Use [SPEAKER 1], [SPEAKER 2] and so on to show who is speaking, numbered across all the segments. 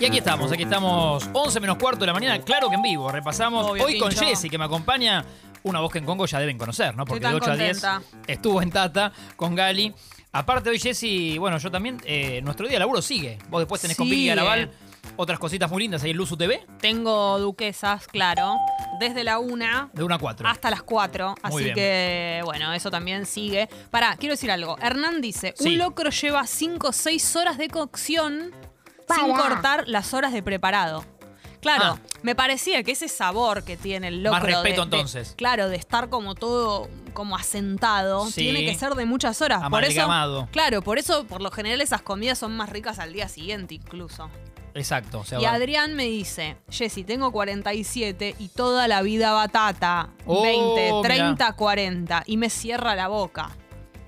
[SPEAKER 1] Y aquí estamos, aquí estamos, 11 menos cuarto de la mañana, claro que en vivo. Repasamos
[SPEAKER 2] Obvio,
[SPEAKER 1] hoy con
[SPEAKER 2] Tincho.
[SPEAKER 1] Jessy, que me acompaña, una voz que en Congo ya deben conocer, ¿no? Porque de
[SPEAKER 2] tan
[SPEAKER 1] 8 a 10
[SPEAKER 2] contenta.
[SPEAKER 1] estuvo en Tata con Gali. Aparte, hoy Jessy, bueno, yo también, eh, nuestro día de laburo sigue. Vos después tenés con Vicky
[SPEAKER 2] Sigue.
[SPEAKER 1] Garabal otras cositas muy lindas ahí en Luzu TV,
[SPEAKER 2] Tengo duquesas, claro, desde la una
[SPEAKER 1] de 1 a 4.
[SPEAKER 2] hasta las cuatro,
[SPEAKER 1] Muy
[SPEAKER 2] así
[SPEAKER 1] bien.
[SPEAKER 2] que bueno, eso también sigue. Pará, quiero decir algo. Hernán dice,
[SPEAKER 1] Sí.
[SPEAKER 2] un locro lleva 5 o 6 horas de cocción sin
[SPEAKER 3] Pará.
[SPEAKER 2] cortar las horas de preparado.
[SPEAKER 1] Ah.
[SPEAKER 2] Claro, me parecía que ese sabor que tiene el locro.
[SPEAKER 1] Más respeto,
[SPEAKER 2] de- de-
[SPEAKER 1] entonces.
[SPEAKER 2] claro, de estar como todo como asentado,
[SPEAKER 1] Sí.
[SPEAKER 2] tiene que ser de muchas horas. Por
[SPEAKER 1] Amalgamado.
[SPEAKER 2] eso, claro, por eso por lo general esas comidas son más ricas al día siguiente incluso.
[SPEAKER 1] Exacto. o sea,
[SPEAKER 2] Y
[SPEAKER 1] va-
[SPEAKER 2] Adrián me dice, Jessy, tengo 47 y toda la vida batata.
[SPEAKER 1] Oh,
[SPEAKER 2] 20,
[SPEAKER 1] mirá.
[SPEAKER 2] 30, 40. Y me cierra la boca.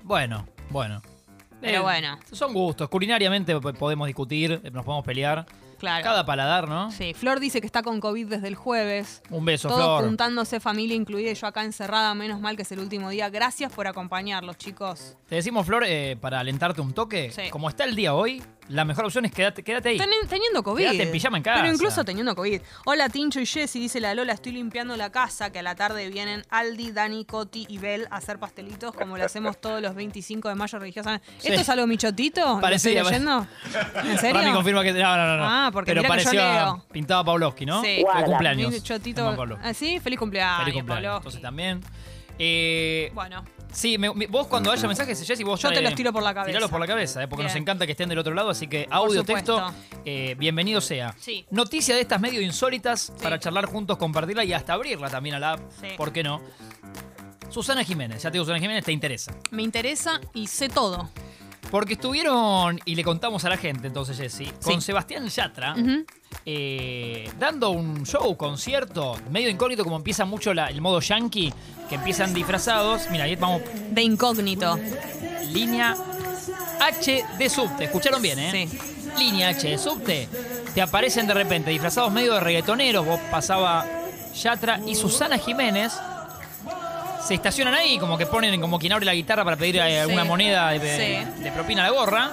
[SPEAKER 1] Bueno, bueno. Eh,
[SPEAKER 2] Pero bueno.
[SPEAKER 1] Son gustos. Culinariamente p- podemos discutir, nos podemos pelear.
[SPEAKER 2] Claro.
[SPEAKER 1] Cada paladar, ¿no?
[SPEAKER 2] Sí, Flor dice que está con COVID desde el jueves.
[SPEAKER 1] Un beso,
[SPEAKER 2] Todos
[SPEAKER 1] Flor.
[SPEAKER 2] juntándose, familia incluida y yo acá encerrada, menos mal que es el último día. Gracias por acompañarlos, chicos.
[SPEAKER 1] Te decimos, Flor, eh, para alentarte un toque.
[SPEAKER 2] Sí.
[SPEAKER 1] Como está el día hoy, la mejor opción es quédate, quédate ahí.
[SPEAKER 2] Teni- teniendo COVID.
[SPEAKER 1] Quédate en pijama en casa.
[SPEAKER 2] Pero incluso teniendo COVID. Hola, Tincho y Jessy, dice la Lola, estoy limpiando la casa, que a la tarde vienen Aldi, Dani, Coti y Bel a hacer pastelitos, como lo hacemos todos los 25 de mayo religiosamente.
[SPEAKER 1] Sí.
[SPEAKER 2] ¿Esto es algo michotito? ¿Lo
[SPEAKER 1] Parecía,
[SPEAKER 2] estoy leyendo? ¿En
[SPEAKER 1] Para mí
[SPEAKER 2] serio?
[SPEAKER 1] confirma que. No, no, no. no.
[SPEAKER 2] Ah, porque
[SPEAKER 1] Pero
[SPEAKER 2] mirá que yo
[SPEAKER 1] parecía
[SPEAKER 2] leo.
[SPEAKER 1] pintado Pavlovsky, ¿no?
[SPEAKER 2] Sí.
[SPEAKER 1] Fue
[SPEAKER 3] Guarda.
[SPEAKER 1] cumpleaños. Germán
[SPEAKER 2] Michotito.
[SPEAKER 1] Pavlovsky.
[SPEAKER 2] ¿Ah, sí? Feliz cumpleaños.
[SPEAKER 1] Feliz cumpleaños.
[SPEAKER 2] Pablo.
[SPEAKER 1] Entonces también. Eh,
[SPEAKER 2] Bueno,
[SPEAKER 1] sí, me- me- vos cuando haya mensajes, Jessy, vos
[SPEAKER 2] Yo te
[SPEAKER 1] eh,
[SPEAKER 2] los tiro por la cabeza.
[SPEAKER 1] Tiralos por la cabeza, eh, porque nos
[SPEAKER 2] Bien.
[SPEAKER 1] encanta que estén del otro lado. Así que audio, texto,
[SPEAKER 2] supuesto.
[SPEAKER 1] eh, bienvenido sea.
[SPEAKER 2] Sí.
[SPEAKER 1] Noticia de estas medio insólitas para charlar juntos, compartirla y hasta abrirla también a la app.
[SPEAKER 2] Sí.
[SPEAKER 1] ¿Por qué no? Susana Jiménez, ya te digo, Susana Jiménez, te interesa.
[SPEAKER 2] me interesa y sé todo.
[SPEAKER 1] Porque estuvieron, y le contamos a la gente entonces, Jessy, con
[SPEAKER 2] Sí.
[SPEAKER 1] Sebastián Yatra,
[SPEAKER 2] Ujú.
[SPEAKER 1] eh, dando un show, concierto, medio incógnito, como empieza mucho la- el modo yankee, que empiezan disfrazados. Mira, ahí vamos,
[SPEAKER 2] De incógnito.
[SPEAKER 1] línea H de subte. ¿Escucharon bien, eh?
[SPEAKER 2] Sí.
[SPEAKER 1] Línea H de subte. Te aparecen de repente disfrazados medio de reggaetoneros. Vos pasaba Yatra y Susana Jiménez. Se estacionan ahí, como que ponen como quien abre la guitarra para pedir eh,
[SPEAKER 2] Sí.
[SPEAKER 1] una moneda de, de-
[SPEAKER 2] Sí.
[SPEAKER 1] de propina a la gorra.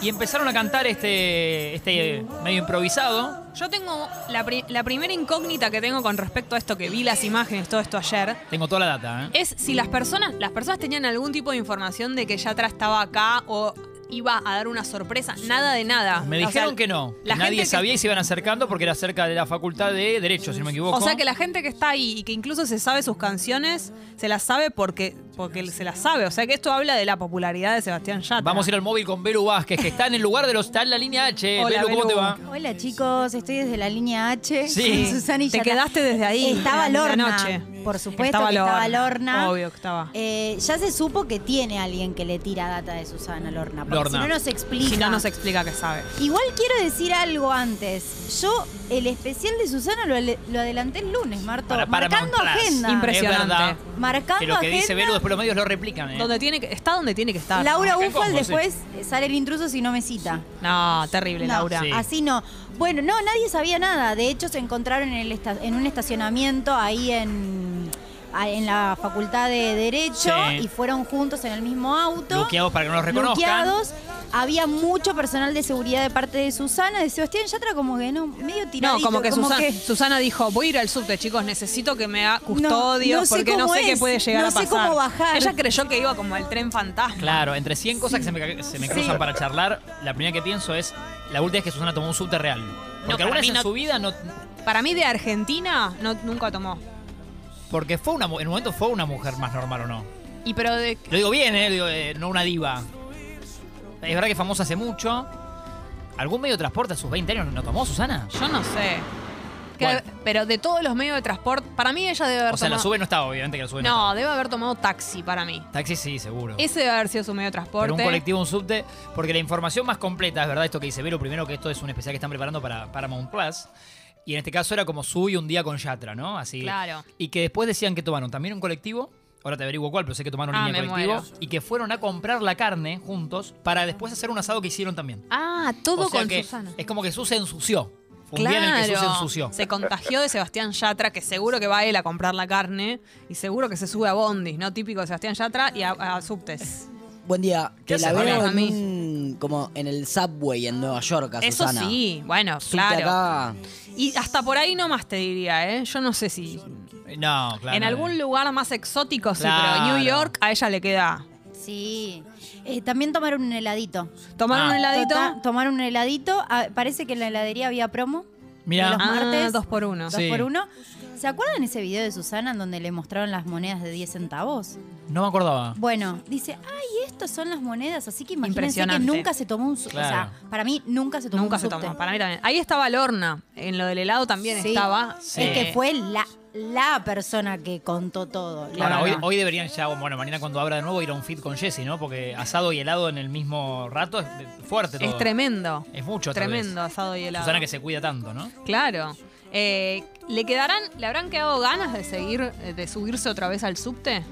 [SPEAKER 1] Y empezaron a cantar este, este medio improvisado.
[SPEAKER 2] Yo tengo la, pri- la primera incógnita que tengo con respecto a esto que vi las imágenes, todo esto ayer,
[SPEAKER 1] Tengo toda la data, ¿eh?
[SPEAKER 2] es si las personas, las personas tenían algún tipo de información de que Yatra estaba acá o iba a dar una sorpresa, nada de nada.
[SPEAKER 1] Me
[SPEAKER 2] O sea,
[SPEAKER 1] dijeron que no. que
[SPEAKER 2] la gente
[SPEAKER 1] nadie
[SPEAKER 2] que-
[SPEAKER 1] sabía y se iban acercando porque era cerca de la Facultad de Derecho, si no me equivoco.
[SPEAKER 2] O sea que la gente que está ahí y que incluso se sabe sus canciones, se las sabe porque, porque se las sabe. O sea que esto habla de la popularidad de Sebastián Yatra.
[SPEAKER 1] Vamos a ir al móvil con Belu Vázquez, que está en el lugar de los. Está en la línea H.
[SPEAKER 2] Hola,
[SPEAKER 1] Belu, ¿cómo
[SPEAKER 2] Belu.
[SPEAKER 1] te va?
[SPEAKER 3] Hola chicos, estoy desde la línea H.
[SPEAKER 1] Sí.
[SPEAKER 3] Con Susana y
[SPEAKER 2] Te
[SPEAKER 3] Yata.
[SPEAKER 2] quedaste desde ahí,
[SPEAKER 3] Estaba
[SPEAKER 2] desde la
[SPEAKER 3] Lorna.
[SPEAKER 2] noche.
[SPEAKER 3] Por supuesto que estaba Lorna.
[SPEAKER 2] Obvio que estaba.
[SPEAKER 3] Eh, ya se supo que tiene alguien que le tira data de Susana Lorna. Porque
[SPEAKER 1] Lorna.
[SPEAKER 3] Si no nos explica.
[SPEAKER 2] Si no nos explica que sabe.
[SPEAKER 3] Igual quiero decir algo antes. Yo el especial de Susana lo, ale- lo adelanté el lunes, Marto.
[SPEAKER 1] Para Paramount
[SPEAKER 3] marcando
[SPEAKER 1] Plus.
[SPEAKER 3] agenda.
[SPEAKER 2] Impresionante.
[SPEAKER 1] Es verdad.
[SPEAKER 3] Marcando
[SPEAKER 1] Que lo que dice
[SPEAKER 3] agenda.
[SPEAKER 1] Velu después los medios lo replican, ¿eh?
[SPEAKER 2] Donde tiene que, está donde tiene que estar.
[SPEAKER 3] Laura
[SPEAKER 1] Acá en
[SPEAKER 3] Ufal
[SPEAKER 1] Congo, sí.
[SPEAKER 3] después sale el intruso si no me cita.
[SPEAKER 2] No, terrible,
[SPEAKER 3] No,
[SPEAKER 2] Laura.
[SPEAKER 1] Sí.
[SPEAKER 3] Así no. Bueno, no, nadie sabía nada. De hecho, se encontraron en, el esta- en un estacionamiento ahí en, ahí en la Facultad de Derecho
[SPEAKER 1] Sí.
[SPEAKER 3] y fueron juntos en el mismo auto.
[SPEAKER 1] Bloqueados para que no los reconozcan.
[SPEAKER 3] Bloqueados. Había mucho personal de seguridad de parte de Susana, de Sebastián Yatra, como que no, medio tiradito.
[SPEAKER 2] No, como que, Susana,
[SPEAKER 3] que-
[SPEAKER 2] Susana dijo, voy a ir al subte, chicos, necesito que me haga custodios
[SPEAKER 3] no sé
[SPEAKER 2] porque no
[SPEAKER 3] cómo
[SPEAKER 2] sé qué
[SPEAKER 3] es,
[SPEAKER 2] puede llegar
[SPEAKER 3] no
[SPEAKER 2] a pasar.
[SPEAKER 3] sé cómo bajar.
[SPEAKER 2] Ella creyó que iba como al tren fantasma.
[SPEAKER 1] Claro, entre 100 cosas que se me, ca- se me
[SPEAKER 3] Sí.
[SPEAKER 1] cruzan para charlar, la primera que pienso es la última es que Susana tomó un subte real. Porque
[SPEAKER 2] para
[SPEAKER 1] alguna vez
[SPEAKER 2] mí
[SPEAKER 1] en
[SPEAKER 2] no-
[SPEAKER 1] su vida no.
[SPEAKER 2] Para mí de Argentina no, nunca tomó.
[SPEAKER 1] Porque fue una mu- en un momento fue una mujer más normal o no.
[SPEAKER 2] Y pero de
[SPEAKER 1] Lo digo bien, ¿eh? Digo, eh, no una diva. Es verdad que es famosa hace mucho. ¿Algún medio de transporte a sus 20 años no tomó Susana?
[SPEAKER 2] yo no sé. Que-
[SPEAKER 1] ¿Cuál?
[SPEAKER 2] pero de todos los medios de transporte, para mí ella debe haber
[SPEAKER 1] O sea, la
[SPEAKER 2] tomado.
[SPEAKER 1] sube no estaba, obviamente que la sube no,
[SPEAKER 2] no, debe haber tomado taxi para mí.
[SPEAKER 1] estaba. Taxi sí, seguro.
[SPEAKER 2] Ese debe haber sido su medio de
[SPEAKER 1] Pero
[SPEAKER 2] transporte.
[SPEAKER 1] un colectivo, un subte, porque la información más completa, es verdad, esto que dice Vero, primero que esto es un especial que están preparando para Paramount Plus. Y en este caso era como Sui un día con Yatra, ¿no? Así.
[SPEAKER 2] Claro.
[SPEAKER 1] Y que después decían que tomaron también un colectivo, ahora te averiguo cuál, pero sé que tomaron
[SPEAKER 2] Ah,
[SPEAKER 1] línea de
[SPEAKER 2] me
[SPEAKER 1] colectivo.
[SPEAKER 2] muero.
[SPEAKER 1] Y que fueron a comprar la carne juntos para después hacer un asado que hicieron también.
[SPEAKER 2] Ah, todo
[SPEAKER 1] O sea
[SPEAKER 2] con
[SPEAKER 1] que
[SPEAKER 2] Susana.
[SPEAKER 1] Es como que Sus se ensució. Fue un día en el que Sus se ensució.
[SPEAKER 2] Se contagió de Sebastián Yatra, que seguro que va él a comprar la carne y seguro que se sube a bondis, ¿no? Típico de Sebastián Yatra y a, a subtes.
[SPEAKER 4] Buen día.
[SPEAKER 1] ¿Qué
[SPEAKER 4] Te la
[SPEAKER 1] haces,
[SPEAKER 4] veo
[SPEAKER 2] Mariana?
[SPEAKER 4] en un como en el subway en Nueva York, a
[SPEAKER 2] Eso
[SPEAKER 4] Susana.
[SPEAKER 2] sí, bueno,
[SPEAKER 4] Subte
[SPEAKER 2] claro.
[SPEAKER 4] acá.
[SPEAKER 2] Y hasta por ahí nomás te diría, ¿eh? Yo no sé si.
[SPEAKER 1] No, claro.
[SPEAKER 2] en algún lugar más exótico, sí, pero
[SPEAKER 1] Claro.
[SPEAKER 2] New York a ella le queda.
[SPEAKER 3] Sí. Eh, también tomaron un heladito.
[SPEAKER 2] Tomar
[SPEAKER 1] Ah.
[SPEAKER 2] un heladito.
[SPEAKER 3] Tota- tomaron un heladito. Ah, parece que en la heladería había promo.
[SPEAKER 1] Mirá.
[SPEAKER 3] de los
[SPEAKER 1] Ah,
[SPEAKER 3] martes.
[SPEAKER 2] dos por uno.
[SPEAKER 3] Dos
[SPEAKER 1] Sí.
[SPEAKER 3] por uno. ¿Se acuerdan ese video de Susana en donde le mostraron las monedas de 10 centavos?
[SPEAKER 1] No me acordaba.
[SPEAKER 3] Bueno, dice, ay, estas son las monedas, así que imagínense que
[SPEAKER 2] Impresionante.
[SPEAKER 3] nunca se tomó un su-
[SPEAKER 1] Claro.
[SPEAKER 3] O sea, para mí nunca se tomó
[SPEAKER 2] Nunca
[SPEAKER 3] un
[SPEAKER 2] se
[SPEAKER 3] subte.
[SPEAKER 2] tomó. Para mí también. Ahí estaba Lorna. En lo del helado también
[SPEAKER 3] Sí.
[SPEAKER 2] estaba.
[SPEAKER 1] Sí.
[SPEAKER 3] Es que
[SPEAKER 2] Eh,
[SPEAKER 3] fue la, la persona que contó todo. la
[SPEAKER 1] Ahora, hoy,
[SPEAKER 3] verdad.
[SPEAKER 1] hoy deberían ya, bueno, mañana cuando abra de nuevo ir a un fit con Jesse, ¿no? Porque asado y helado en el mismo rato es de- fuerte todo.
[SPEAKER 2] Es tremendo.
[SPEAKER 1] Es mucho, tal vez.
[SPEAKER 2] Tremendo asado y helado.
[SPEAKER 1] Susana que se cuida tanto, ¿no?
[SPEAKER 2] Claro. Eh, ¿Le quedarán, le habrán quedado ganas de seguir, eh, de subirse otra vez al subte?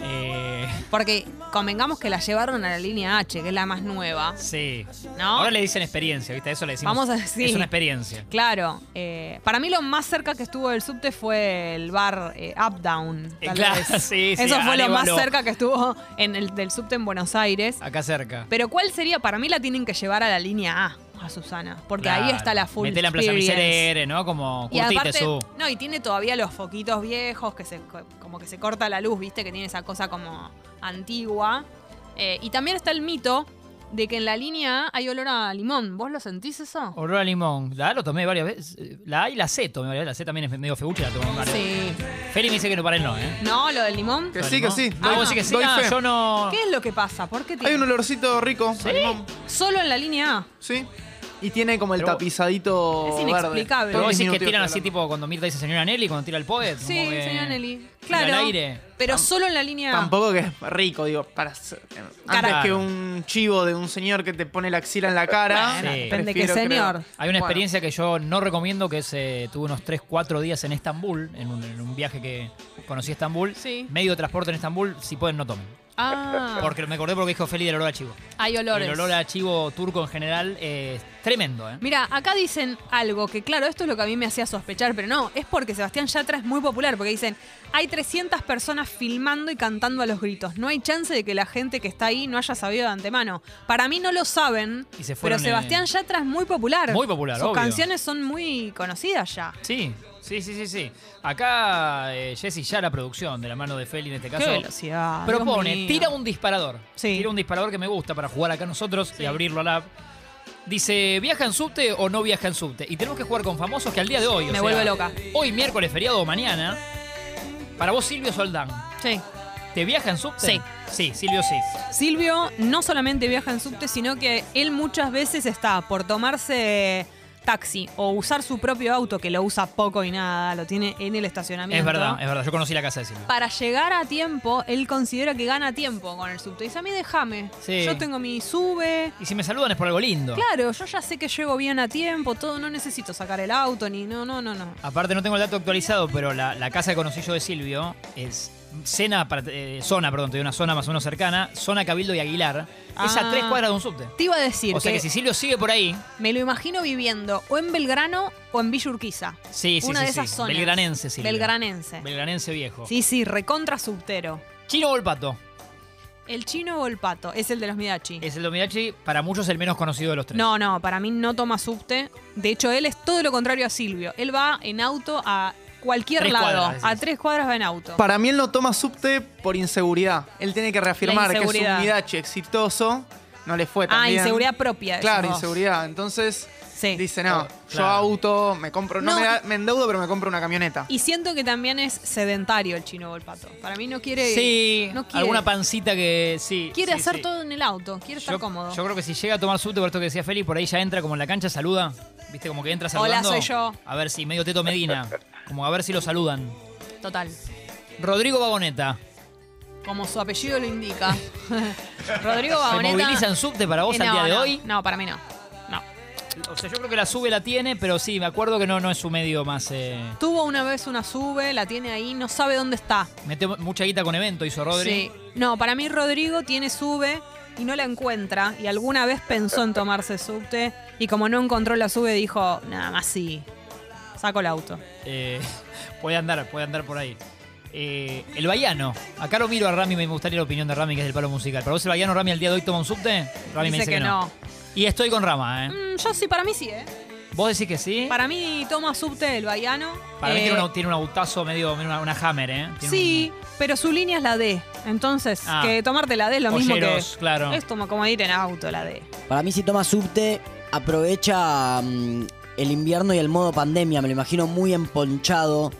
[SPEAKER 1] Eh,
[SPEAKER 2] Porque convengamos que la llevaron a la línea H, que es la más nueva.
[SPEAKER 1] sí.
[SPEAKER 2] ¿No?
[SPEAKER 1] Ahora le dicen experiencia, ¿viste? Eso le decimos.
[SPEAKER 2] Vamos a- sí.
[SPEAKER 1] Es una experiencia.
[SPEAKER 2] Claro, eh, para mí lo más cerca que estuvo del subte fue el bar eh, Updown.
[SPEAKER 1] Eh,
[SPEAKER 2] tal
[SPEAKER 1] claro,
[SPEAKER 2] vez.
[SPEAKER 1] sí, sí,
[SPEAKER 2] Eso fue lo más
[SPEAKER 1] Arevalo.
[SPEAKER 2] cerca que estuvo en el del subte en Buenos Aires.
[SPEAKER 1] Acá cerca.
[SPEAKER 2] Pero ¿cuál sería? Para mí la tienen que llevar a la línea A, a Susana, porque ahí
[SPEAKER 1] Claro.
[SPEAKER 2] está la full
[SPEAKER 1] Metela en Plaza
[SPEAKER 2] experience.
[SPEAKER 1] Miserere, ¿no? Como
[SPEAKER 2] Y
[SPEAKER 1] curtite
[SPEAKER 2] aparte,
[SPEAKER 1] su.
[SPEAKER 2] no, y tiene todavía los foquitos viejos que se co- como que se corta la luz, ¿viste? Que tiene esa cosa como antigua. Eh, y también está el mito de que en la línea A hay olor a limón. ¿Vos lo sentís eso?
[SPEAKER 1] Olor a limón. La A lo tomé varias veces. La A y la C tomé varias veces. La C también es medio feucha, la tomé varias veces.
[SPEAKER 2] Sí.
[SPEAKER 1] Feli me dice que no para el no, ¿eh?
[SPEAKER 2] No, lo del limón.
[SPEAKER 5] Que sí, que sí.
[SPEAKER 1] Ah,
[SPEAKER 5] Doy-
[SPEAKER 1] vos decís que sí.
[SPEAKER 5] doy
[SPEAKER 1] Ah,
[SPEAKER 5] fe.
[SPEAKER 1] yo no.
[SPEAKER 2] ¿Qué es lo que pasa? ¿Por qué tiene?
[SPEAKER 5] Hay un olorcito rico. a limón,
[SPEAKER 2] Solo en la línea A.
[SPEAKER 5] Sí. Y tiene como el
[SPEAKER 1] Pero-
[SPEAKER 5] tapizadito
[SPEAKER 2] Es
[SPEAKER 5] verde.
[SPEAKER 2] inexplicable.
[SPEAKER 1] Pero
[SPEAKER 5] Todos
[SPEAKER 1] vos decís que
[SPEAKER 5] diminutivos
[SPEAKER 1] tiran
[SPEAKER 5] de
[SPEAKER 1] así
[SPEAKER 5] la-
[SPEAKER 1] tipo cuando Mirta dice señora Nelly, cuando tira el poet.
[SPEAKER 2] Sí,
[SPEAKER 1] como que-
[SPEAKER 2] señora Nelly.
[SPEAKER 1] tira
[SPEAKER 2] Claro.
[SPEAKER 1] al aire.
[SPEAKER 2] Pero solo en la línea A.
[SPEAKER 5] Tampoco que es rico, digo, para ser- antes
[SPEAKER 1] Cara.
[SPEAKER 5] que un chivo de un señor que te pone la axila en la cara.
[SPEAKER 1] Bueno, Sí.
[SPEAKER 2] depende
[SPEAKER 5] prefiero,
[SPEAKER 2] qué
[SPEAKER 5] creo-
[SPEAKER 2] señor.
[SPEAKER 1] Hay una
[SPEAKER 5] Bueno,
[SPEAKER 1] experiencia que yo no recomiendo, que es, eh, tuve unos 3, 4 días en Estambul, en un, en un viaje que conocí Estambul.
[SPEAKER 2] Sí.
[SPEAKER 1] Medio de transporte en Estambul, si pueden no tomen.
[SPEAKER 2] Ah,
[SPEAKER 1] Porque me acordé porque dijo Feli del olor a chivo.
[SPEAKER 2] hay olores.
[SPEAKER 1] El olor a chivo turco en general eh, es tremendo, ¿eh?
[SPEAKER 2] Mira, acá dicen algo que, claro, esto es lo que a mí me hacía sospechar, pero no, es porque Sebastián Yatra es muy popular, porque dicen, hay 300 personas filmando y cantando a los gritos. No hay chance de que la gente que está ahí no haya sabido de antemano. Para mí no lo saben,
[SPEAKER 1] Y se
[SPEAKER 2] pero
[SPEAKER 1] fueron,
[SPEAKER 2] Sebastián
[SPEAKER 1] eh,
[SPEAKER 2] Yatra es muy popular.
[SPEAKER 1] Muy popular,
[SPEAKER 2] Sus
[SPEAKER 1] obvio.
[SPEAKER 2] canciones son muy conocidas ya.
[SPEAKER 1] Sí, sí, sí, sí, sí. Acá eh, Jessy ya la producción, de la mano de Feli en este
[SPEAKER 2] Qué
[SPEAKER 1] caso,
[SPEAKER 2] velocidad. Dios
[SPEAKER 1] propone,
[SPEAKER 2] mío.
[SPEAKER 1] tira un disparador.
[SPEAKER 2] Sí.
[SPEAKER 1] Tira un disparador que me gusta para jugar acá nosotros y abrirlo a la app. Dice, ¿viaja en subte o no viaja en subte? Y tenemos que jugar con famosos que al día de hoy. o
[SPEAKER 2] Me
[SPEAKER 1] sea,
[SPEAKER 2] vuelve loca.
[SPEAKER 1] Hoy, miércoles, feriado o mañana. Para vos, Silvio Soldán,
[SPEAKER 2] Sí.
[SPEAKER 1] ¿te viaja en subte?
[SPEAKER 2] Sí.
[SPEAKER 1] Sí, Silvio sí.
[SPEAKER 2] Silvio no solamente viaja en subte, sino que él muchas veces está por tomarse taxi o usar su propio auto, que lo usa poco y nada, lo tiene en el estacionamiento.
[SPEAKER 1] Es verdad, es verdad. Yo conocí la casa de Silvio.
[SPEAKER 2] Para llegar a tiempo, él considera que gana tiempo con el subte. Dice, a mí déjame.
[SPEAKER 1] Sí.
[SPEAKER 2] Yo tengo mi sube.
[SPEAKER 1] Y si me saludan es por algo lindo.
[SPEAKER 2] Claro, yo ya sé que llego bien a tiempo, todo, no necesito sacar el auto, ni no, no, no, no.
[SPEAKER 1] Aparte, no tengo el dato actualizado, pero la, la casa que conocí yo de Silvio es cena, para- eh, zona, perdón, de una zona más o menos cercana, zona Cabildo y Aguilar. Es a
[SPEAKER 2] Ah.
[SPEAKER 1] tres cuadras de un subte.
[SPEAKER 2] Te iba a decir
[SPEAKER 1] O sea
[SPEAKER 2] que,
[SPEAKER 1] que si Silvio sigue por ahí,
[SPEAKER 2] me lo imagino viviendo o en Belgrano o en Villa Urquiza.
[SPEAKER 1] sí, sí,
[SPEAKER 2] Una
[SPEAKER 1] sí,
[SPEAKER 2] de
[SPEAKER 1] sí.
[SPEAKER 2] esas zonas.
[SPEAKER 1] Belgranense, Silvio.
[SPEAKER 2] Belgranense.
[SPEAKER 1] Belgranense viejo.
[SPEAKER 2] Sí, sí, recontra subtero.
[SPEAKER 1] Chino Volpato
[SPEAKER 2] El chino o el pato, es el de los Midachi.
[SPEAKER 1] es el Dominachi, para muchos el menos conocido de los tres.
[SPEAKER 2] No, no, para mí no toma subte. De hecho, él es todo lo contrario a Silvio. Él va en auto a cualquier
[SPEAKER 1] Tres
[SPEAKER 2] lado.
[SPEAKER 1] cuadras, decís.
[SPEAKER 2] a tres cuadras va en auto.
[SPEAKER 5] Para mí él no toma subte por inseguridad. Él tiene que reafirmar que es un
[SPEAKER 2] inseguridad.
[SPEAKER 5] Midachi exitoso. No le fue tan
[SPEAKER 2] ah,
[SPEAKER 5] bien.
[SPEAKER 2] inseguridad propia.
[SPEAKER 5] Claro,
[SPEAKER 2] decís vos.
[SPEAKER 5] inseguridad. Entonces
[SPEAKER 2] Sí.
[SPEAKER 5] dice, no,
[SPEAKER 1] Oh,
[SPEAKER 5] yo
[SPEAKER 1] claro.
[SPEAKER 5] auto, me compro, no,
[SPEAKER 2] No,
[SPEAKER 5] me, da-
[SPEAKER 2] y-
[SPEAKER 5] me endeudo, pero me compro una camioneta.
[SPEAKER 2] Y siento que también es sedentario el chino Volpato. Para mí no quiere.
[SPEAKER 1] Sí,
[SPEAKER 2] no quiere.
[SPEAKER 1] alguna pancita que sí.
[SPEAKER 2] Quiere
[SPEAKER 1] sí,
[SPEAKER 2] hacer
[SPEAKER 1] sí.
[SPEAKER 2] todo en el auto, quiere estar
[SPEAKER 1] Yo,
[SPEAKER 2] cómodo.
[SPEAKER 1] yo creo que si llega a tomar subte, por esto que decía Feli, por ahí ya entra como en la cancha, saluda. Viste, como que entra
[SPEAKER 2] Hola,
[SPEAKER 1] saludando.
[SPEAKER 2] soy yo.
[SPEAKER 1] A ver si, medio teto Medina. Como a ver si lo saludan.
[SPEAKER 2] Total.
[SPEAKER 1] Rodrigo Vagoneta.
[SPEAKER 2] Como su apellido lo indica. Rodrigo
[SPEAKER 1] ¿Se
[SPEAKER 2] Vagoneta.
[SPEAKER 1] moviliza en subte para vos
[SPEAKER 2] Eh,
[SPEAKER 1] al
[SPEAKER 2] no,
[SPEAKER 1] día de
[SPEAKER 2] no,
[SPEAKER 1] hoy?
[SPEAKER 2] No, para mí no. No.
[SPEAKER 1] O sea, yo creo que la sube la tiene, pero sí, me acuerdo que no, no es su medio más. eh,
[SPEAKER 2] Tuvo una vez una sube, la tiene ahí, no sabe dónde está.
[SPEAKER 1] mete mucha guita con evento, hizo Rodri.
[SPEAKER 2] Sí. No, para mí Rodrigo tiene sube y no la encuentra. Y alguna vez pensó en tomarse subte. Y como no encontró la sube, dijo, nada más sí. Saco el auto.
[SPEAKER 1] Eh, puede andar, puede andar por ahí. Eh, el Bayano. Acá lo miro a Rami, me gustaría la opinión de Rami, que es del palo musical. ¿Para vos el Bayano Rami al día de hoy toma un subte? Rami me dice que, no. Y estoy con Rama, ¿eh?
[SPEAKER 2] Mm, yo sí, para mí sí, ¿eh?
[SPEAKER 1] ¿Vos decís que sí?
[SPEAKER 2] Para mí toma subte del Bahiano.
[SPEAKER 1] Para mí
[SPEAKER 2] eh,
[SPEAKER 1] tiene, una- tiene un autazo medio, medio una, una hammer, ¿eh? Tiene
[SPEAKER 2] Sí, pero su línea es la D. Entonces,
[SPEAKER 1] Ah.
[SPEAKER 2] que tomarte la D es lo mismo
[SPEAKER 1] Olleros,
[SPEAKER 2] que.
[SPEAKER 1] claro.
[SPEAKER 2] Es como, como ir en auto la D.
[SPEAKER 4] Para mí, si toma subte, aprovecha mm, el invierno y el modo pandemia. Me lo imagino muy emponchado,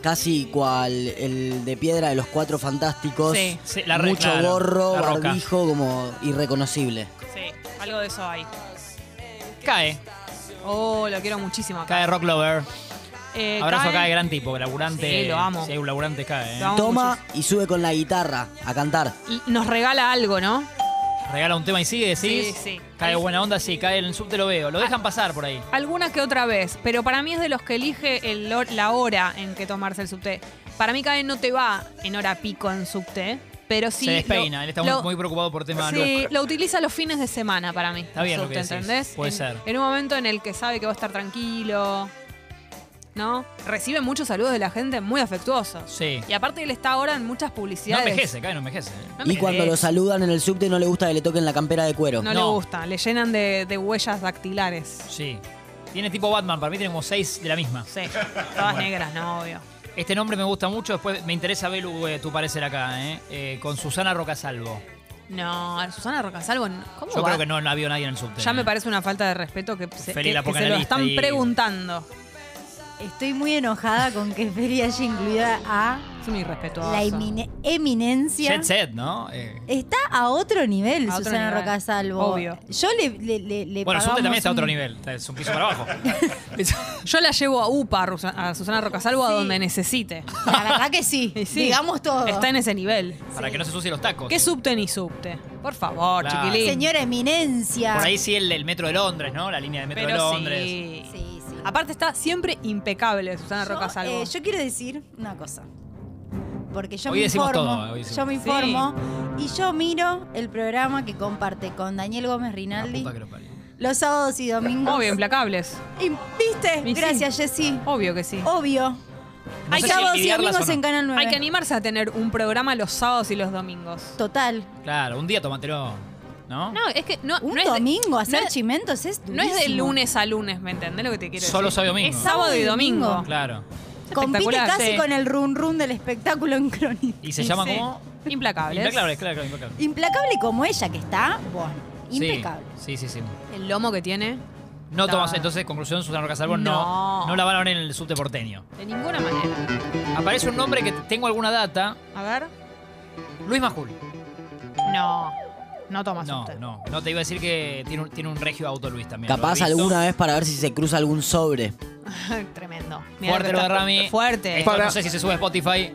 [SPEAKER 4] casi cual el de piedra de los cuatro fantásticos.
[SPEAKER 2] Sí,
[SPEAKER 1] sí, la re-
[SPEAKER 4] Mucho
[SPEAKER 1] claro,
[SPEAKER 4] gorro,
[SPEAKER 1] la roca.
[SPEAKER 4] barbijo, como irreconocible.
[SPEAKER 2] Sí, algo de eso hay.
[SPEAKER 1] un- Cae,
[SPEAKER 2] Oh, lo quiero muchísimo acá.
[SPEAKER 1] cae Rock Lover.
[SPEAKER 2] Eh,
[SPEAKER 1] Abrazo
[SPEAKER 2] Cae-
[SPEAKER 1] cae, gran tipo, laburante.
[SPEAKER 2] Sí, lo amo.
[SPEAKER 1] Si hay un laburante, cae. ¿eh?
[SPEAKER 2] Lo amo
[SPEAKER 4] Toma y sube con la guitarra a cantar.
[SPEAKER 2] muchísimo. Nos regala algo, ¿no?
[SPEAKER 1] Regala un tema y sigue, decís.
[SPEAKER 2] Sí, sí. Ah.
[SPEAKER 1] Cae buena onda, sí, cae en el subte, lo veo. Lo dejan pasar por ahí.
[SPEAKER 2] Alguna que otra vez, pero para mí es de los que elige el hor- la hora en que tomarse el subte. Para mí cae no te va en hora pico en subte, pero
[SPEAKER 1] Se
[SPEAKER 2] sí. lo-
[SPEAKER 1] despeina, él está muy-
[SPEAKER 2] lo-
[SPEAKER 1] muy preocupado por temas
[SPEAKER 2] Sí,
[SPEAKER 1] look.
[SPEAKER 2] lo utiliza los fines de semana para mí.
[SPEAKER 1] Está bien
[SPEAKER 2] el
[SPEAKER 1] lo
[SPEAKER 2] subte,
[SPEAKER 1] que decís,
[SPEAKER 2] ¿entendés?
[SPEAKER 1] puede
[SPEAKER 2] en,
[SPEAKER 1] ser.
[SPEAKER 2] En un momento en el que sabe que va a estar tranquilo. ¿No? Recibe muchos saludos de la gente muy afectuosos.
[SPEAKER 1] Sí.
[SPEAKER 2] Y aparte él está ahora en muchas
[SPEAKER 1] No
[SPEAKER 2] publicidades.
[SPEAKER 1] envejece, cae, no envejece. ¿eh?
[SPEAKER 2] No
[SPEAKER 4] Y cuando lo
[SPEAKER 2] envejece.
[SPEAKER 4] saludan en el subte, no le gusta que le toquen la campera de cuero.
[SPEAKER 2] No,
[SPEAKER 1] No.
[SPEAKER 2] le gusta, le llenan de, de huellas dactilares.
[SPEAKER 1] Sí. Tiene tipo Batman, para mí tiene como seis de la misma.
[SPEAKER 2] Sí, todas negras, no, obvio.
[SPEAKER 1] Este nombre me gusta mucho, después me interesa Belu eh, tu parecer acá, ¿eh? Eh, Con Susana Rocasalvo.
[SPEAKER 2] No, Susana Rocasalvo, no- ¿cómo
[SPEAKER 1] Yo
[SPEAKER 2] va?
[SPEAKER 1] creo que no, no ha habido nadie en el subte.
[SPEAKER 2] Ya me
[SPEAKER 1] ¿eh?
[SPEAKER 2] parece una falta de respeto que se,
[SPEAKER 1] Feli,
[SPEAKER 2] que-
[SPEAKER 1] la
[SPEAKER 2] que se lo
[SPEAKER 1] psicoanalista
[SPEAKER 2] están
[SPEAKER 1] ahí.
[SPEAKER 2] preguntando.
[SPEAKER 3] Estoy muy enojada con que Feria haya incluida a
[SPEAKER 2] Es un irrespetuoso.
[SPEAKER 3] la emine- eminencia.
[SPEAKER 1] Jet set, ¿no? Eh,
[SPEAKER 3] Está a otro nivel
[SPEAKER 2] A otro
[SPEAKER 3] Susana
[SPEAKER 2] nivel.
[SPEAKER 3] Rocasalvo.
[SPEAKER 2] Obvio.
[SPEAKER 3] Yo le, le, le,
[SPEAKER 2] Eh,
[SPEAKER 3] le
[SPEAKER 1] Bueno, el subte
[SPEAKER 3] pagamos
[SPEAKER 1] también está a otro
[SPEAKER 3] un-
[SPEAKER 1] nivel, está- es un piso para abajo.
[SPEAKER 2] Yo la llevo a UPA, a Rusa- a Susana Rocasalvo, a
[SPEAKER 3] Sí.
[SPEAKER 2] donde necesite.
[SPEAKER 3] La verdad que sí.
[SPEAKER 2] Y sí,
[SPEAKER 3] Digamos todo.
[SPEAKER 2] Está en ese nivel.
[SPEAKER 1] para que no se sucien los tacos.
[SPEAKER 2] ¿Qué subte ni subte? Por favor,
[SPEAKER 1] Claro.
[SPEAKER 2] chiquilín.
[SPEAKER 3] Señora Eminencia.
[SPEAKER 1] Por ahí sí el, el metro de Londres, ¿no? La línea del metro
[SPEAKER 2] Pero
[SPEAKER 1] de Londres.
[SPEAKER 2] sí.
[SPEAKER 3] Sí, sí.
[SPEAKER 2] Aparte está siempre impecable Susana
[SPEAKER 3] Yo,
[SPEAKER 2] Rocasalvo.
[SPEAKER 3] eh, yo quiero decir una cosa. Porque yo
[SPEAKER 1] Hoy
[SPEAKER 3] me
[SPEAKER 1] decimos
[SPEAKER 3] informo.
[SPEAKER 1] todo, hoy decimos.
[SPEAKER 3] yo me informo y yo miro el programa que comparte con Daniel Gómez
[SPEAKER 1] La
[SPEAKER 3] Rinaldi
[SPEAKER 1] puta que lo parió.
[SPEAKER 3] los sábados y domingos.
[SPEAKER 2] Obvio, implacables.
[SPEAKER 3] Y, ¿Viste?
[SPEAKER 2] Y sí.
[SPEAKER 3] Gracias, Jessy.
[SPEAKER 2] Obvio que sí.
[SPEAKER 3] Obvio.
[SPEAKER 1] No
[SPEAKER 3] Hay
[SPEAKER 1] sé si
[SPEAKER 3] sábados y
[SPEAKER 1] lidiarlas
[SPEAKER 3] domingos
[SPEAKER 1] o no.
[SPEAKER 3] en Canal 9.
[SPEAKER 2] Hay que animarse a tener un programa los sábados y los domingos.
[SPEAKER 3] Total.
[SPEAKER 1] Claro, un día tomátelo, ¿no?
[SPEAKER 2] No, es que no,
[SPEAKER 3] Un
[SPEAKER 2] no es de-
[SPEAKER 3] domingo hacer
[SPEAKER 2] no es-
[SPEAKER 3] chimentos es
[SPEAKER 2] No es de
[SPEAKER 3] durísimo.
[SPEAKER 2] lunes a lunes, ¿me entendés lo que te quiero decir?
[SPEAKER 1] Solo sábado y domingo.
[SPEAKER 2] Es sábado y domingo.
[SPEAKER 1] Claro.
[SPEAKER 3] Compite
[SPEAKER 2] espectacular,
[SPEAKER 3] casi
[SPEAKER 2] sí.
[SPEAKER 3] con el run run del espectáculo en crónica.
[SPEAKER 1] Y se llama
[SPEAKER 2] Sí.
[SPEAKER 1] como...
[SPEAKER 2] Implacables.
[SPEAKER 1] Implacable, claro, claro, implacable.
[SPEAKER 3] Implacable como ella que está, bueno,
[SPEAKER 1] Sí,
[SPEAKER 3] impecable.
[SPEAKER 1] Sí, sí, sí.
[SPEAKER 2] El lomo que tiene,
[SPEAKER 1] No
[SPEAKER 2] Ta-
[SPEAKER 1] tomas, entonces, conclusión, Susana Rocasalvo no,
[SPEAKER 2] No.
[SPEAKER 1] no la van a ver en el subte porteño.
[SPEAKER 2] de ninguna manera.
[SPEAKER 1] Aparece un nombre que tengo alguna data.
[SPEAKER 2] A ver.
[SPEAKER 1] Luis Majul.
[SPEAKER 2] No. No tomas
[SPEAKER 1] No,
[SPEAKER 2] usted.
[SPEAKER 1] no. No te iba a decir que tiene un, tiene un regio auto Luis también.
[SPEAKER 4] Capaz
[SPEAKER 1] ¿Lo has visto?
[SPEAKER 4] alguna vez para ver si se cruza algún sobre.
[SPEAKER 2] Tremendo. Mirá
[SPEAKER 1] Fuerte
[SPEAKER 2] que
[SPEAKER 1] lo de
[SPEAKER 2] está-
[SPEAKER 1] Rami.
[SPEAKER 2] Fuerte.
[SPEAKER 1] Esto No
[SPEAKER 5] Para-
[SPEAKER 1] sé si se sube a Spotify.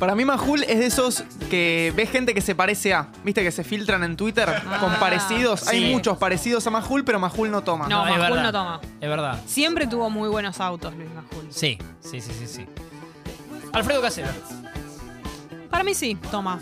[SPEAKER 5] Para mí Majul es de esos que ves gente que se parece a, viste que se filtran en Twitter con parecidos.
[SPEAKER 1] sí.
[SPEAKER 5] Hay muchos parecidos a Majul, pero Majul no toma.
[SPEAKER 2] No,
[SPEAKER 1] es
[SPEAKER 2] Majul
[SPEAKER 1] verdad.
[SPEAKER 2] no toma.
[SPEAKER 1] Es verdad.
[SPEAKER 2] Siempre tuvo muy buenos autos Luis Majul.
[SPEAKER 1] Sí, sí, sí, sí, sí. Alfredo Casero.
[SPEAKER 2] Para mí sí, toma.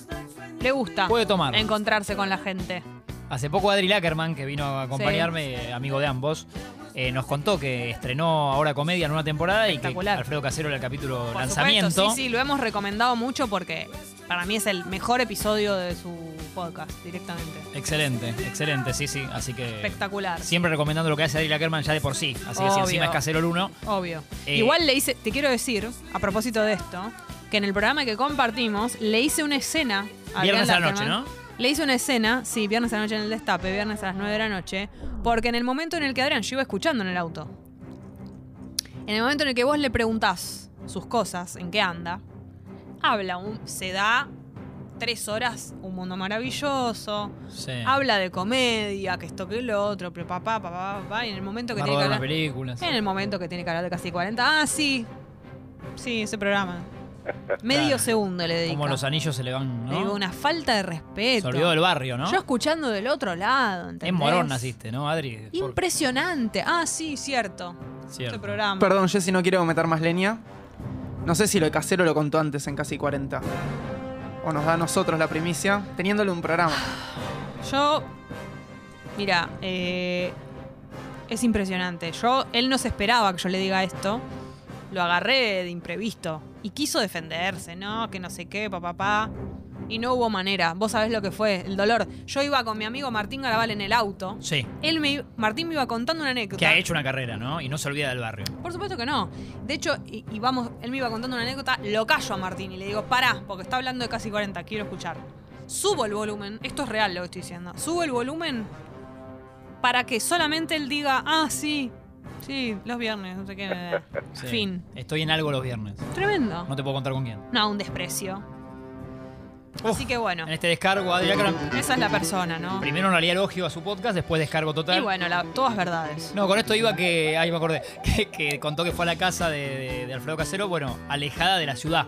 [SPEAKER 2] Le gusta
[SPEAKER 1] Puede tomar.
[SPEAKER 2] encontrarse con la gente.
[SPEAKER 1] Hace poco Adri Lackerman, que vino a acompañarme, eh, amigo de ambos, eh, nos contó que estrenó ahora comedia en una temporada y que
[SPEAKER 2] Espectacular.
[SPEAKER 1] Alfredo Casero era el capítulo
[SPEAKER 2] Por
[SPEAKER 1] lanzamiento.
[SPEAKER 2] supuesto, sí, sí, lo hemos recomendado mucho porque para mí es el mejor episodio de su podcast directamente.
[SPEAKER 1] Excelente, excelente, sí, sí. Así que.
[SPEAKER 2] Espectacular.
[SPEAKER 1] Siempre recomendando lo que hace Adri Lackerman ya de por sí. Así que si
[SPEAKER 2] Obvio.
[SPEAKER 1] encima es Casero el uno.
[SPEAKER 2] Obvio.
[SPEAKER 1] Eh,
[SPEAKER 2] Igual le hice, te quiero decir, a propósito de esto, que en el programa que compartimos le hice una escena. a
[SPEAKER 1] Viernes
[SPEAKER 2] Adrián
[SPEAKER 1] a la noche,
[SPEAKER 2] Lackerman. Le hice una escena, sí, viernes a la noche en el destape, viernes a las 9 de la noche, porque en el momento en el que Adrián, yo iba escuchando en el auto, en el momento en el que vos le preguntás sus cosas, en qué anda, habla, un- se da tres horas, un mundo maravilloso,
[SPEAKER 1] Sí.
[SPEAKER 2] habla de comedia, que esto que lo otro, pero papá, papá, papá, y en el momento que
[SPEAKER 1] Va a
[SPEAKER 2] tiene que
[SPEAKER 1] rodar una
[SPEAKER 2] hablar...
[SPEAKER 1] película. sí.
[SPEAKER 2] En el momento que tiene que hablar de casi 40. Ah, sí. Sí, ese programa. Medio
[SPEAKER 1] Claro.
[SPEAKER 2] segundo le dedica.
[SPEAKER 1] Como los anillos se le van,
[SPEAKER 2] Le
[SPEAKER 1] ¿no?
[SPEAKER 2] digo, una falta de
[SPEAKER 1] Se
[SPEAKER 2] respeto.
[SPEAKER 1] olvidó del barrio, ¿no?
[SPEAKER 2] Yo escuchando del otro lado. ¿entendés?
[SPEAKER 1] en Morón naciste, ¿no, Adri? Por-
[SPEAKER 2] Impresionante. Ah, sí, cierto.
[SPEAKER 1] Cierto.
[SPEAKER 2] Este programa.
[SPEAKER 5] Perdón, Jessy, no quiero meter más leña. No sé si lo de casero lo contó antes en casi 40. O nos da a nosotros la primicia, teniéndole un programa.
[SPEAKER 2] Yo. Mira, eh, es impresionante. Yo, él no se esperaba que yo le diga esto. Lo agarré de imprevisto. Y quiso defenderse, ¿no? Que no sé qué, papá, papá. y no hubo manera. Vos sabés lo que fue, el dolor. Yo iba con mi amigo Martín Garabal en el auto.
[SPEAKER 1] Sí.
[SPEAKER 2] Él me, Martín me iba contando una anécdota.
[SPEAKER 1] Que ha hecho una carrera, ¿no? Y no se olvida del barrio.
[SPEAKER 2] Por supuesto que no. De hecho, y, y vamos, él me iba contando una anécdota, lo callo a Martín y le digo, pará, porque está hablando de casi 40, quiero escuchar. Subo el volumen, esto es real lo que estoy diciendo, subo el volumen para que solamente él diga, ah, sí, sí, los viernes, no sé qué. eh".
[SPEAKER 1] Sí.
[SPEAKER 2] Fin.
[SPEAKER 1] Estoy en algo los viernes.
[SPEAKER 2] Tremendo.
[SPEAKER 1] No te puedo contar con quién.
[SPEAKER 2] No, un desprecio. Así que bueno,
[SPEAKER 1] En este descargo, Adrián Caram-
[SPEAKER 2] esa es la persona, ¿no?
[SPEAKER 1] Primero no haría elogio a su podcast, después descargo total.
[SPEAKER 2] Y bueno, la- todas verdades.
[SPEAKER 1] No, con esto iba que. Ay, me acordé. Que, que contó que fue a la casa de, de- de Alfredo Casero, bueno, alejada de la ciudad.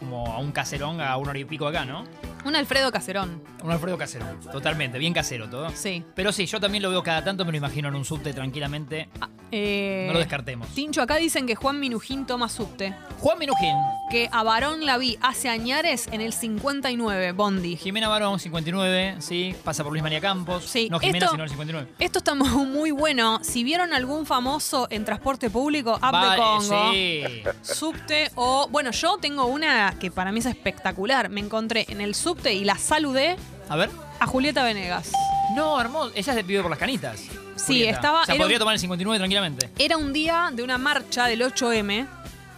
[SPEAKER 1] Como a un caserón, a una hora y pico acá, ¿no?
[SPEAKER 2] Un Alfredo Caserón,
[SPEAKER 1] Un Alfredo Casero. Totalmente, bien casero todo.
[SPEAKER 2] sí.
[SPEAKER 1] Pero sí, yo también lo veo cada tanto, me lo imagino en un subte tranquilamente. Ah,
[SPEAKER 2] Eh,
[SPEAKER 1] No lo descartemos.
[SPEAKER 2] Tincho, acá dicen que Juan Minujín toma subte.
[SPEAKER 1] Juan Minujín,
[SPEAKER 2] que a Barón la vi hace añares en el 59, Bondi.
[SPEAKER 1] Jimena Barón, 59, sí, pasa por Luis María Campos.
[SPEAKER 2] Sí,
[SPEAKER 1] no Jimena,
[SPEAKER 2] esto-
[SPEAKER 1] sino el 59.
[SPEAKER 2] Esto está mu- muy bueno. Si vieron algún famoso en transporte público, App
[SPEAKER 1] Va-
[SPEAKER 2] de
[SPEAKER 1] eh,
[SPEAKER 2] Congo,
[SPEAKER 1] Sí.
[SPEAKER 2] Subte o... Bueno, yo tengo una que para mí es espectacular. Me encontré en el Subte y la saludé
[SPEAKER 1] A ver.
[SPEAKER 2] a Julieta Venegas.
[SPEAKER 1] No, hermoso. Ella es de pibe por las canitas.
[SPEAKER 2] estaba-
[SPEAKER 1] O sea,
[SPEAKER 2] era
[SPEAKER 1] podría
[SPEAKER 2] un-
[SPEAKER 1] tomar el 59 tranquilamente.
[SPEAKER 2] Era un día de una marcha del 8M.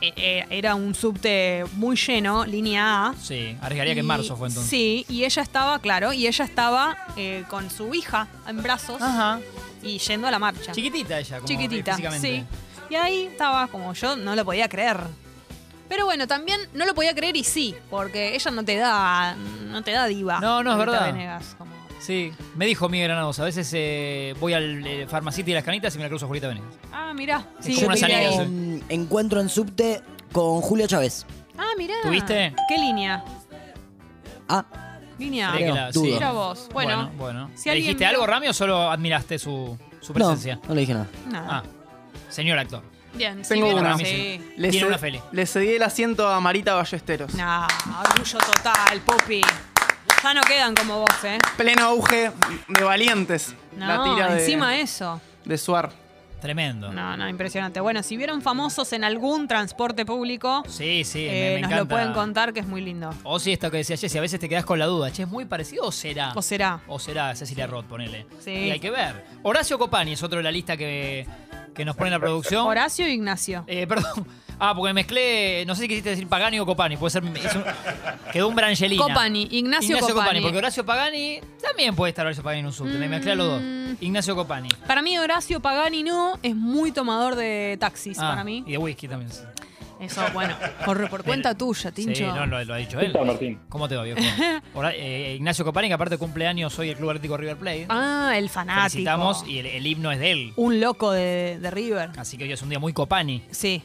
[SPEAKER 2] Eh, eh, Era un subte muy lleno, línea A.
[SPEAKER 1] Sí, arriesgaría que en
[SPEAKER 2] Y-
[SPEAKER 1] marzo fue entonces.
[SPEAKER 2] Sí, y ella estaba, claro, y ella estaba eh, con su hija en brazos
[SPEAKER 1] Ajá.
[SPEAKER 2] y yendo a la marcha.
[SPEAKER 1] Chiquitita ella, como
[SPEAKER 2] chiquitita,
[SPEAKER 1] físicamente.
[SPEAKER 2] sí. Y ahí estaba como yo, no lo podía creer. Pero bueno, también no lo podía creer y sí, porque ella no te da, no te da diva.
[SPEAKER 1] No, no, es
[SPEAKER 2] Julieta
[SPEAKER 1] verdad.
[SPEAKER 2] Venegas, como-
[SPEAKER 1] Sí, me dijo mi Granados, a veces eh, voy al eh, Pharmacity de las Canitas y me la cruzo a Julieta Venegas.
[SPEAKER 2] Ah, mirá.
[SPEAKER 1] Es
[SPEAKER 2] Sí,
[SPEAKER 1] como una
[SPEAKER 2] yo tenía
[SPEAKER 1] salida,
[SPEAKER 2] ahí.
[SPEAKER 1] sí.
[SPEAKER 4] Mm, Encuentro en subte con Julio Chávez.
[SPEAKER 2] Ah, mirá.
[SPEAKER 1] ¿Tuviste?
[SPEAKER 2] ¿Qué línea?
[SPEAKER 4] Ah,
[SPEAKER 2] Línea.
[SPEAKER 1] Creí que
[SPEAKER 4] Creo,
[SPEAKER 1] la-
[SPEAKER 4] dudo.
[SPEAKER 2] Mira vos. Bueno,
[SPEAKER 1] bueno. bueno.
[SPEAKER 2] si
[SPEAKER 1] ¿Le
[SPEAKER 2] alguien
[SPEAKER 1] dijiste
[SPEAKER 2] vio-
[SPEAKER 1] algo, Rami, o solo admiraste su, su
[SPEAKER 4] no,
[SPEAKER 1] presencia?
[SPEAKER 4] no le dije nada.
[SPEAKER 2] nada.
[SPEAKER 1] Ah, señor actor.
[SPEAKER 2] Bien, sí,
[SPEAKER 5] Tengo
[SPEAKER 2] bien,
[SPEAKER 5] una.
[SPEAKER 2] sí.
[SPEAKER 5] Le
[SPEAKER 1] Tiene
[SPEAKER 5] ced-
[SPEAKER 1] una Feli.
[SPEAKER 5] Le cedí el asiento a Marita Ballesteros.
[SPEAKER 2] Nah, orgullo total, Popi. Ya no quedan como vos, ¿eh?
[SPEAKER 5] Pleno auge de valientes. la
[SPEAKER 2] No,
[SPEAKER 5] tira de,
[SPEAKER 2] encima eh. eso.
[SPEAKER 5] de Suar.
[SPEAKER 1] Tremendo.
[SPEAKER 2] No, no, impresionante. Bueno, si vieron famosos en algún transporte público,
[SPEAKER 1] Sí, sí, me-
[SPEAKER 2] eh,
[SPEAKER 1] me,
[SPEAKER 2] nos
[SPEAKER 1] encanta.
[SPEAKER 2] lo pueden contar, que es muy lindo.
[SPEAKER 1] O si esto que decía Jessy, a veces te quedas con la duda. Che, ¿es muy parecido o será?
[SPEAKER 2] O será.
[SPEAKER 1] O será Cecilia Roth, ponele.
[SPEAKER 2] Sí.
[SPEAKER 1] Y hay que ver. Horacio Copani es otro de la lista que, que nos pone en la producción.
[SPEAKER 2] Horacio e Ignacio.
[SPEAKER 1] Eh, perdón. Ah, porque mezclé. No sé si quisiste decir Pagani o Copani. Puede ser. es un- quedó un Brangelina.
[SPEAKER 2] Copani, Ignacio Copani.
[SPEAKER 1] Porque Horacio Pagani también puede estar Horacio Pagani en un subte. Me mezclé a los dos.
[SPEAKER 2] Mm.
[SPEAKER 1] Ignacio Copani.
[SPEAKER 2] Para mí, Horacio Pagani no es muy tomador de taxis.
[SPEAKER 1] Ah,
[SPEAKER 2] para mí,
[SPEAKER 1] Y de whisky también.
[SPEAKER 2] eso, bueno, por, por cuenta tuya, Tincho.
[SPEAKER 1] Sí, no, lo, lo ha dicho él.
[SPEAKER 6] está, Martín?
[SPEAKER 1] ¿Cómo te va, viejo? Hora- eh, Ignacio Copani, que aparte cumple años hoy el Club Atlético River Plate.
[SPEAKER 2] Ah, el fanático.
[SPEAKER 1] Felicitamos y Ah. el, el himno es de él.
[SPEAKER 2] Un loco de, de River.
[SPEAKER 1] Así que hoy es un día muy Copani.
[SPEAKER 2] Sí.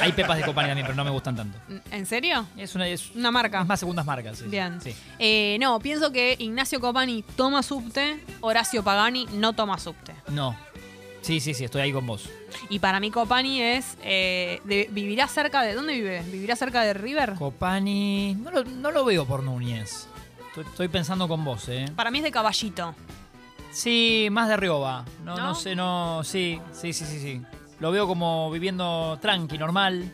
[SPEAKER 1] Hay pepas de Copani también, pero no me gustan tanto.
[SPEAKER 2] ¿En serio?
[SPEAKER 1] Es una, es,
[SPEAKER 2] Una marca.
[SPEAKER 1] es más segundas marcas. sí, sí,
[SPEAKER 2] Bien.
[SPEAKER 1] Sí.
[SPEAKER 2] Eh, no, pienso que Ignacio Copani toma subte, Horacio Pagani no toma subte.
[SPEAKER 1] No. Sí, sí, sí, estoy ahí con vos.
[SPEAKER 2] Y para mí Copani es... eh, de- ¿Vivirá cerca de... ¿Dónde vive? ¿Vivirá cerca de River?
[SPEAKER 1] Copani. No lo, no lo veo por Núñez. Estoy, estoy pensando con vos, ¿eh?
[SPEAKER 2] Para mí es de Caballito.
[SPEAKER 1] Sí, más de Rioba. No, no,
[SPEAKER 2] ¿No?
[SPEAKER 1] sé, no. Sí, sí, sí, sí, sí. Lo veo como viviendo tranqui, normal.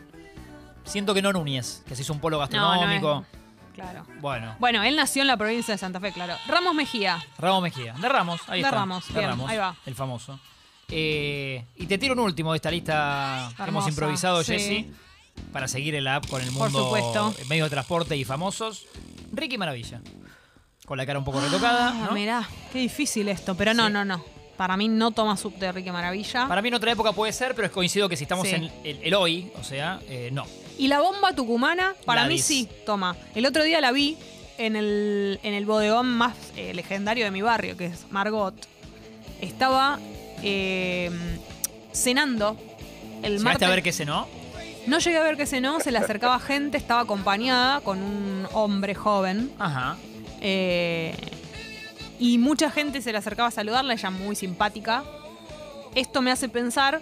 [SPEAKER 1] Siento que no Núñez, que se hizo un polo gastronómico.
[SPEAKER 2] No, no es- Claro.
[SPEAKER 1] Bueno.
[SPEAKER 2] Bueno, él nació en la provincia de Santa Fe, claro. Ramos Mejía.
[SPEAKER 1] Ramos Mejía. De Ramos, ahí
[SPEAKER 2] De
[SPEAKER 1] está.
[SPEAKER 2] Ramos, bien, ahí va.
[SPEAKER 1] El famoso. Eh, y te tiro un último de esta lista que hemos
[SPEAKER 2] Hermosa,
[SPEAKER 1] improvisado,
[SPEAKER 2] sí.
[SPEAKER 1] Jessy, para seguir el app con el
[SPEAKER 2] Por
[SPEAKER 1] mundo
[SPEAKER 2] supuesto.
[SPEAKER 1] en medio de transporte y famosos. Ricky Maravilla. Con la cara un poco retocada.
[SPEAKER 2] Ah,
[SPEAKER 1] ¿no?
[SPEAKER 2] Mirá, qué difícil esto. Pero no,
[SPEAKER 1] Sí.
[SPEAKER 2] no, no. Para mí no toma subte Ricky Maravilla.
[SPEAKER 1] Para mí en otra época puede ser, pero es coincido que si estamos
[SPEAKER 2] Sí.
[SPEAKER 1] en el, el hoy, o sea, eh, no.
[SPEAKER 2] Y la bomba tucumana, para mí
[SPEAKER 1] Gladys.
[SPEAKER 2] sí toma. El otro día la vi en el, en el bodegón más eh, legendario de mi barrio, que es Margot. Estaba eh, cenando el
[SPEAKER 1] Llegaste
[SPEAKER 2] martes.
[SPEAKER 1] a ver que ese no.
[SPEAKER 2] No llegué a ver que cenó, se le acercaba gente, estaba acompañada con un hombre joven.
[SPEAKER 1] Ajá.
[SPEAKER 2] Eh, y mucha gente se le acercaba a saludarla, ella muy simpática. Esto me hace pensar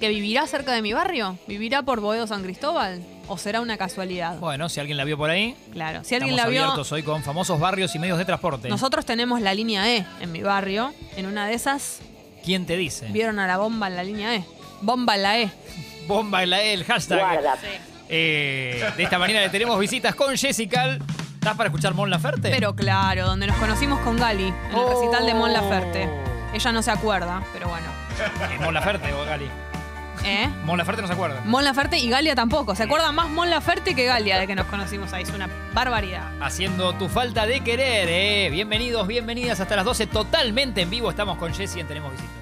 [SPEAKER 2] que vivirá cerca de mi barrio, vivirá por Boedo San Cristóbal, o será una casualidad.
[SPEAKER 1] Bueno, si alguien la vio por ahí,
[SPEAKER 2] Claro, si alguien
[SPEAKER 1] estamos
[SPEAKER 2] la vio,
[SPEAKER 1] abiertos hoy con famosos barrios y medios de transporte.
[SPEAKER 2] nosotros tenemos la línea E en mi barrio, en una de esas
[SPEAKER 1] ¿Quién te dice?
[SPEAKER 2] vieron a la bomba en la línea E, bomba en la E.
[SPEAKER 1] Bomba en la E, el hashtag.
[SPEAKER 7] Guarda,
[SPEAKER 1] Eh, de esta manera le tenemos visitas con Jessica. ¿Estás para escuchar Mon Laferte?
[SPEAKER 2] Pero claro, donde nos conocimos con Gali, en el
[SPEAKER 5] Oh.
[SPEAKER 2] recital de Mon Laferte.
[SPEAKER 1] Oh.
[SPEAKER 2] Ella no se acuerda, pero bueno.
[SPEAKER 1] Es Eh, Mon Laferte, o Gali.
[SPEAKER 2] ¿Eh?
[SPEAKER 1] Mon Laferte no se acuerda.
[SPEAKER 2] Mon Laferte y Galia tampoco. Se acuerda más Mon Laferte que Galia de que nos conocimos ahí. Es una barbaridad.
[SPEAKER 1] Haciendo tu falta de querer, eh. Bienvenidos, bienvenidas. Hasta las 12, totalmente en vivo. Estamos con Jessy en Tenemos Visitas.